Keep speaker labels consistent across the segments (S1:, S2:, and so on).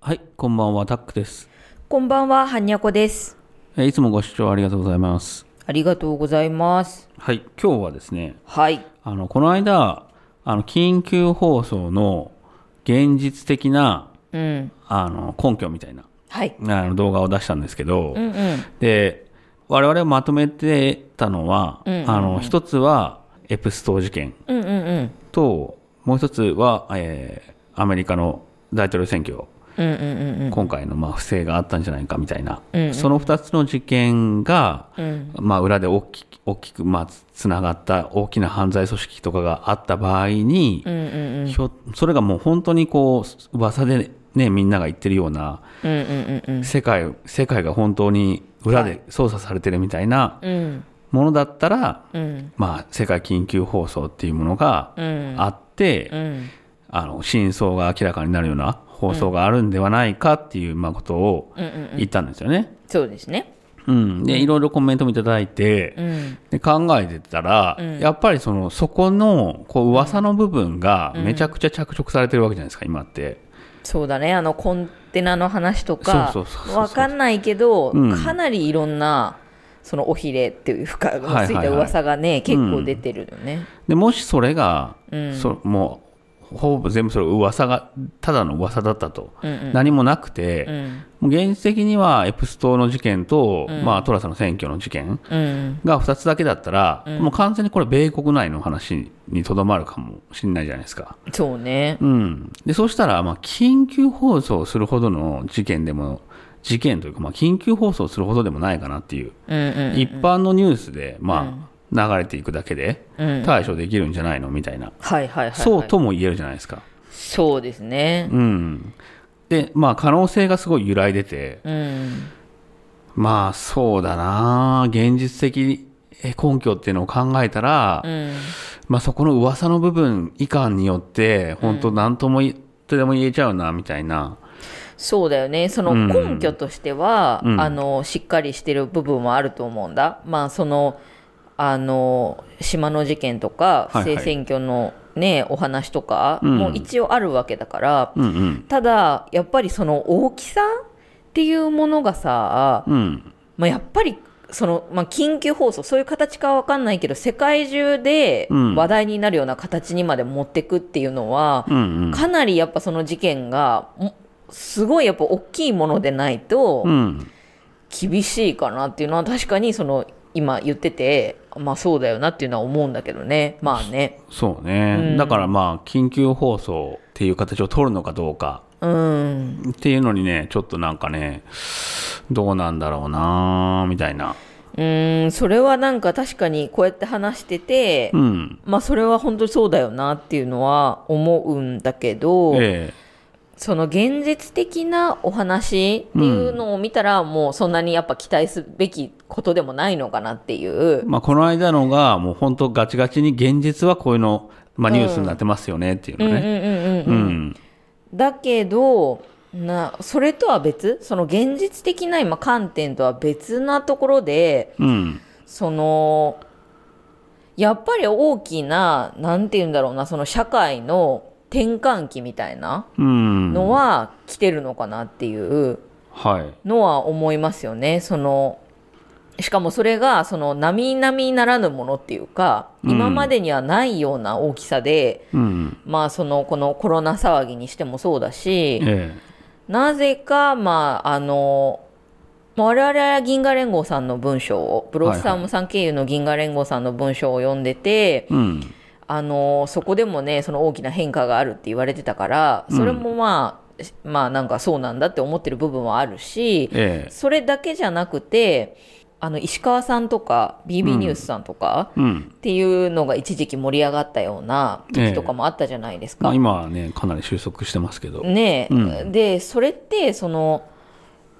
S1: はい、こんばんは、タックです。
S2: こんばんは、はにゃこです。
S1: えーいつもご視聴ありがとうございます。
S2: ありがとうございます。
S1: はい、今日はですね、
S2: はい。
S1: あの、この間、あの、緊急放送の現実的な、
S2: うん。
S1: あの、根拠みたいな、
S2: はい。
S1: あの動画を出したんですけど、
S2: うんうん。
S1: で、我々まとめてたのは、あの、一つは、エプストー事件
S2: うんうんうん。
S1: と、もう一つは、えーアメリカの大統領選挙
S2: うんうんうんうん。
S1: 今回のまあ不正があったんじゃないかみたいな、
S2: うんうん
S1: その2つの事件が、
S2: うん
S1: まあ、裏で大き大きくまあつつながった大きな犯罪組織とかがあった場合に
S2: う、んうん
S1: ひょそれがもう本当にこう噂で、ね、みんなが言ってるような
S2: うん。うんうんうん
S1: 世界世界が本当に裏で操作されてるみたいな
S2: うん。うん。
S1: ものだったら、
S2: うん。
S1: まあ、世界緊急放送っていうものが
S2: うん。
S1: あって、
S2: うん。
S1: あの真相が明らかになるような放送があるんではないかっていうまあことを
S2: うんうん。
S1: 言ったんですよね。
S2: そうですね。
S1: うん、でいろいろコメントもいただいて、
S2: うん。
S1: で考えてたら、やっぱりそのそこのこう噂の部分がめちゃくちゃ着色されてるわけじゃないですか今って。
S2: そうだね。あの、コンテナの話とか
S1: そうそうそうそう、そう
S2: わかんないけど、
S1: うん
S2: かなりいろんな、そのおひれっていうか、
S1: はいはい
S2: ついた噂がね、結構出てるよね。
S1: でもしそれが、
S2: うん
S1: そもうほぼ全部それ噂がただの噂だったと、
S2: うんうん。
S1: 何もなくて
S2: う、ん。
S1: もう現実的にはエプストの事件と、まあ、トラさんの選挙の事件
S2: うん。
S1: が2つだけだったら、もう完全にこれ米国内の話にとどまるかもしれないじゃないですか。
S2: そうね。
S1: うん、でそうしたら、まあ、緊急放送するほどの事件でも、事件というか、まあ、緊急放送するほどでもないかなっていう、
S2: うんうん。
S1: 一般のニュースで、まあ、流れていくだけで
S2: うん
S1: 対処できるんじゃないのみたいな、
S2: はいはいはいはい。
S1: そうとも言えるじゃないですか。
S2: そうですね。
S1: うん、で、まあ、可能性がすごい揺らいでて、
S2: うん。
S1: まあ、そうだな、現実的根拠っていうのを考えたら、
S2: うん。
S1: まあ、そこの噂の部分以下によって、本当、なんともいとでも言えちゃうなみたいな。
S2: そうだよね。その根拠としては、
S1: うん
S2: あの、しっかりしてる部分はあると思うんだ。まあ、その、あの、島の事件とか、
S1: はいは
S2: 不
S1: い
S2: 正選挙のね、お話とか、
S1: うん
S2: もう一応あるわけだから、
S1: うんうん
S2: ただ、やっぱりその大きさっていうものがさ、
S1: うん、
S2: まあ、やっぱり、その、まあ、緊急放送、そういう形かわかんないけど、世界中で
S1: うん
S2: 話題になるような形にまで持ってくっていうのは、
S1: うん
S2: かなりやっぱその事件がもすごいやっぱ大きいものでないと
S1: うんうん
S2: 厳しいかなっていうのは確かにその今言っててまあそうだよなっていうのは思うんだけどねまあね
S1: そうね、
S2: うん
S1: だからまあ緊急放送っていう形を取るのかどうか
S2: うん
S1: っていうのにねちょっとなんかねどうなんだろうなーみたいな
S2: うーんそれはなんか確かにこうやって話してて、
S1: うん
S2: まあそれは本当にそうだよなっていうのは思うんだけど、
S1: え
S2: その現実的なお話っていうのを見たら、もうそんなにやっぱ期待すべきことでもないのかなっていう
S1: え、まあこの間のがもう本当ガチガチに現実はこういうの、まあ、ニュースになってますよねっていうのね
S2: うんうんうんうん
S1: うん
S2: だけどなそれとは別その現実的な今観点とは別なところで
S1: うん
S2: そのやっぱり大きななんて言うんだろうなその社会の転換期みたいな
S1: うん
S2: のは来てるのかなっていう
S1: はい
S2: のは思いますよね。そのしかもそれがその並々ならぬものっていうか
S1: うん
S2: 今までにはないような大きさで、
S1: うん
S2: まあそのこのコロナ騒ぎにしてもそうだし、
S1: ええ
S2: なぜか、まあ、あの、まあ我々は銀河連合さんの文章を、ブロッサムさん経由の銀河連合さんの文章を読んでて、
S1: うん
S2: あの、そこでもね、その大きな変化があるって言われてたから、それもまあ、しまあなんかそうなんだって思ってる部分はあるし、
S1: ええ
S2: それだけじゃなくて、あの、石川さんとか、BB ニュースさんとか、
S1: うん
S2: っていうのが一時期盛り上がったような時とかもあったじゃないですか。
S1: まあ、今はねかなり収束してますけど、
S2: ねえ、
S1: う
S2: でそれってその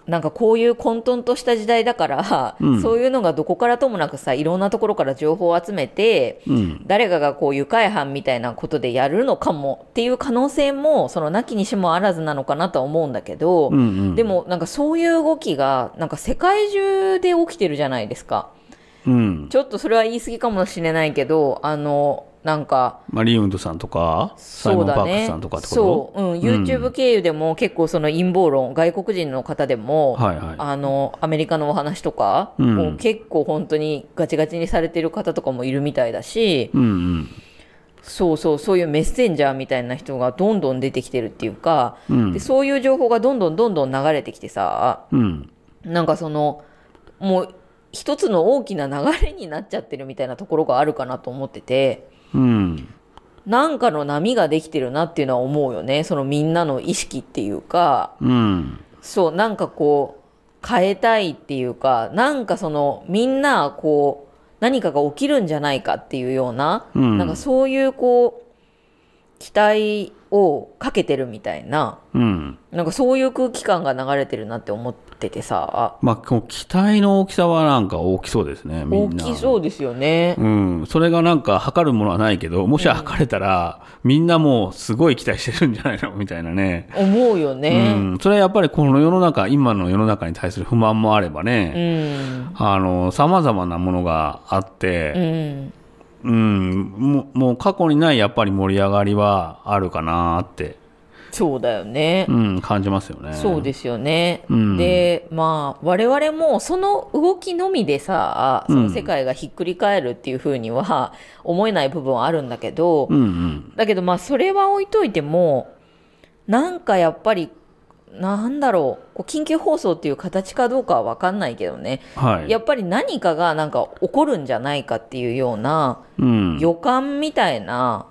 S2: なんかこういう混沌とした時代だから、
S1: うん
S2: そういうのがどこからともなくさいろんなところから情報を集めて
S1: うん、
S2: 誰かがこう愉快犯みたいなことでやるのかもっていう可能性もそのなきにしもあらずなのかなとは思うんだけど、
S1: うんうん
S2: でもなんかそういう動きがなんか世界中で起きてるじゃないですか。
S1: うん
S2: ちょっとそれは言い過ぎかもしれないけど、あの、なんか
S1: マリー・ウンドさんとか、サイ
S2: そ
S1: モ
S2: う
S1: ン・パ
S2: だ
S1: ークス
S2: ね
S1: さんとかってこと
S2: そう、うん、YouTube 経由でも結構その陰謀論外国人の方でも、
S1: はいはい
S2: あのアメリカのお話とか
S1: うん
S2: を結構本当にガチガチにされてる方とかもいるみたいだし、
S1: うんうん。
S2: そうそうそういうメッセンジャーみたいな人がどんどん出てきてるっていうか、
S1: うん
S2: でそういう情報がどんどんどんどん流れてきてさ
S1: うん。
S2: なんかそのもう一つの大きな流れになっちゃってるみたいなところがあるかなと思ってて。
S1: うん。
S2: なんかの波ができてるなっていうのは思うよね。そのみんなの意識っていうか、
S1: うん。
S2: そう、なんかこう、変えたいっていうか、なんかその、みんな、こう、何かが起きるんじゃないかっていうような、
S1: うん
S2: なんかそういう、こう、期待をかけてるみたいな、
S1: うん。
S2: なんかそういう空気感が流れてるなって思っててさ、
S1: まあ、こう期待の大きさはなんか大きそうですね、み
S2: 大
S1: んな。
S2: きそうですよね。
S1: うん、それがなんか測るものはないけど、もし測れたら、みんなもうすごい期待してるんじゃないのみたいなね。
S2: 思うよね。
S1: うん、それはやっぱりこの世の中、今の世の中に対する不満もあれば
S2: う
S1: ね、
S2: ん。
S1: あの、様々なものがあっ
S2: う
S1: て、
S2: ん。
S1: うん、もうもう過去にないやっぱり盛り上がりはあるかなって、
S2: そうだよね。
S1: うん、感じますよね。
S2: そうですよね。
S1: うん
S2: で、まあ、我々もその動きのみでさ、そ
S1: うん
S2: の世界がひっくり返るっていうふうには思えない部分はあるんだけど、
S1: うんうん。
S2: だけどまあ、それは置いといても、なんかやっぱり、なんだろう、こう緊急放送っていう形かどうかはわかんないけどね、
S1: はい。
S2: やっぱり何かがなんか起こるんじゃないかっていうような
S1: うん。
S2: 予感みたいな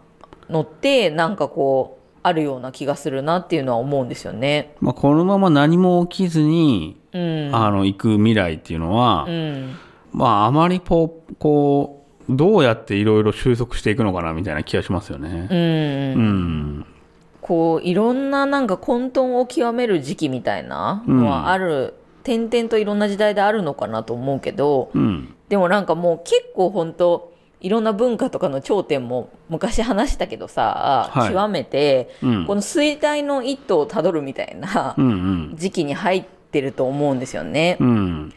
S2: のって、なんかこう、あるような気がするなっていうのは思うんですよね。
S1: まあ、このまま何も起きずに、
S2: うん。
S1: あの、行く未来っていうのは、
S2: うん、
S1: まあ、あまりこう、こう、どうやっていろいろ収束していくのかなみたいな気がしますよね。
S2: うん
S1: うん。
S2: こういろんななんか混沌を極める時期みたいなのはある、点々といろんな時代であるのかなと思うけど
S1: うん。
S2: でもなんかもう結構本当いろんな文化とかの頂点も昔話したけどさ、
S1: はい
S2: 極めて、
S1: うん。
S2: この衰退の一途をたどるみたいな
S1: うんうん。
S2: 時期に入ってると思うんですよね。
S1: うん。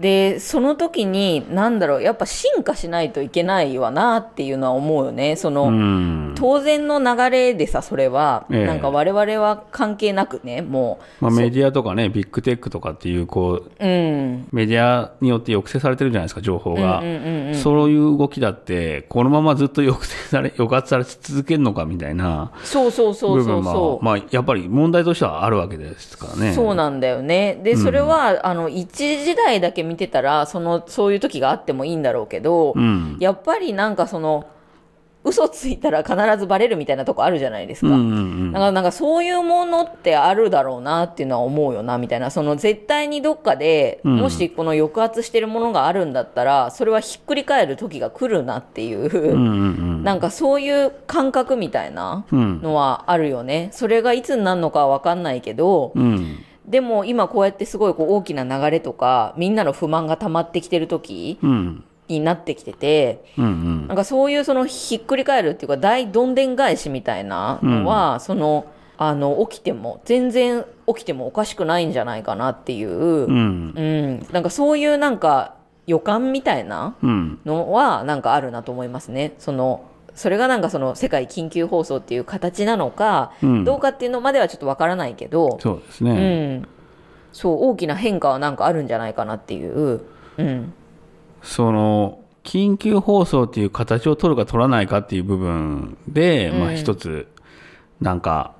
S2: でその時になんだろうやっぱ進化しないといけないわなっていうのは思うよね。その、
S1: うん。
S2: 当然の流れでさそれは、
S1: ええ
S2: なんか我々は関係なくねも
S1: まあ、メディアとかね、ビッグテックとかっていう、こう、
S2: ううん
S1: メディアによって抑制されてるじゃないですか、情報が。
S2: うんうんうんうん
S1: そういう動きだって、このままずっと抑制され、抑圧され続けるのかみたいな
S2: そうそうそう
S1: 部
S2: そ
S1: 分
S2: う
S1: は
S2: そ、う、
S1: まあ、やっぱり問題としてはあるわけですからね。
S2: そう
S1: な
S2: なんだよねでそれは、あの一時代だけ見てたらそのそういう時があってもいいんだろうけど、
S1: うん。
S2: やっぱりなんかその嘘ついたら必ずバレるみたいなとこあるじゃないです
S1: う
S2: か、
S1: んうん
S2: なんかなんかそういうものってあるだろうなっていうのは思うよなみたいなその絶対にどっかで、
S1: うん
S2: もしこの抑圧してるものがあるんだったらそれはひっくり返る時が来るなっていう、
S1: うん。うんうん
S2: なんかそういう感覚みたいな
S1: うん。うん。
S2: のはあるよねそれがいつになるのかは分かんないけど、
S1: うん。
S2: でも今こうやってすごいこう大きな流れとかみんなの不満が溜まってきてる時
S1: うん。
S2: になってきてて。
S1: うんうん。
S2: なんかそういうそのひっくり返るっていうか大どんでん返しみたいなのは、そのあの起きても全然起きてもおかしくないんじゃないかなっていう、う
S1: うんん。
S2: なんかそういうなんか予感みたいな
S1: うん。
S2: のはなんかあるなと思いますね。そのそれがなんかその世界緊急放送っていう形なのか、
S1: うん
S2: どうかっていうのまではちょっとわからないけど、
S1: そうです
S2: う
S1: ね。
S2: ん、そう大きな変化はなんかあるんじゃないかなっていう、うん、
S1: その、緊急放送っていう形を取るか取らないかっていう部分で、まあ一つ、なんか、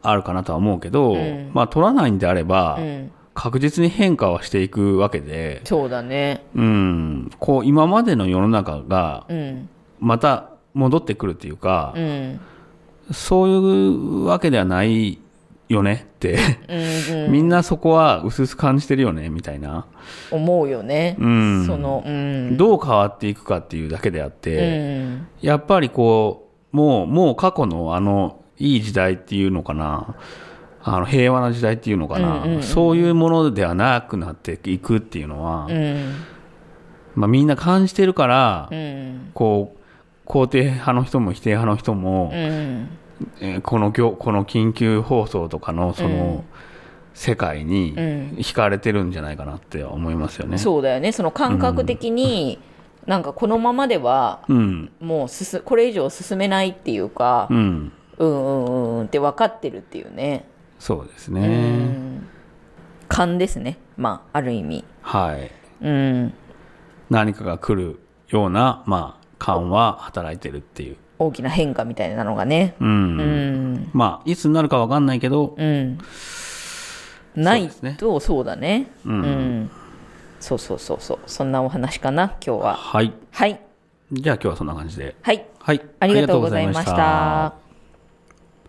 S1: あるかなとは思うけど、
S2: ん
S1: まあ取らないんであれば、
S2: うん、
S1: 確実に変化はしていくわけで、
S2: そうだね、
S1: うん、こう今までの世の中が、
S2: うん、
S1: また戻ってくるっていうか、
S2: うん、
S1: そういうわけではないよねって、
S2: うん、うん。
S1: みんなそこは薄々感じてるよね、みたいな。
S2: 思うよね、
S1: うん
S2: そのうん
S1: どう変わっていくかっていうだけであっ
S2: う
S1: て、
S2: ん
S1: やっぱりこう、もう、もう過去のあの、いい時代っていうのかな、あの、平和な時代っていうのかな、
S2: うんうんうん
S1: そういうものではなくなっていくっていうのは、
S2: うん
S1: まあみんな感じてるから、
S2: うん
S1: こう、肯定派の人も否定派の人も
S2: う、ん
S1: えーこの業、この緊急放送とかの、その、世界に
S2: うん
S1: 惹かれてるんじゃないかなって思いますよね。
S2: そうだよねその感覚的になんかこのままでは
S1: うん。
S2: もう進これ以上進めないっていうか、
S1: うん。
S2: うんうんうんうんって分かってるっていうね、
S1: そうです
S2: う
S1: ね。
S2: ん、勘ですねまあある意味
S1: はい。
S2: うん
S1: 何かが来るような、まあ、感は働いてるっていう。
S2: 大きな変化みたいなのがね
S1: うん。
S2: うん
S1: まあ、いつになるかわかんないけど、
S2: うんない
S1: そうです
S2: とそうだね
S1: う。
S2: うんんそうそうそうそうそんなお話かな今日は
S1: はい。
S2: はい
S1: じゃあ今日はそんな感じで。
S2: はい
S1: はい。
S2: ありがとうございました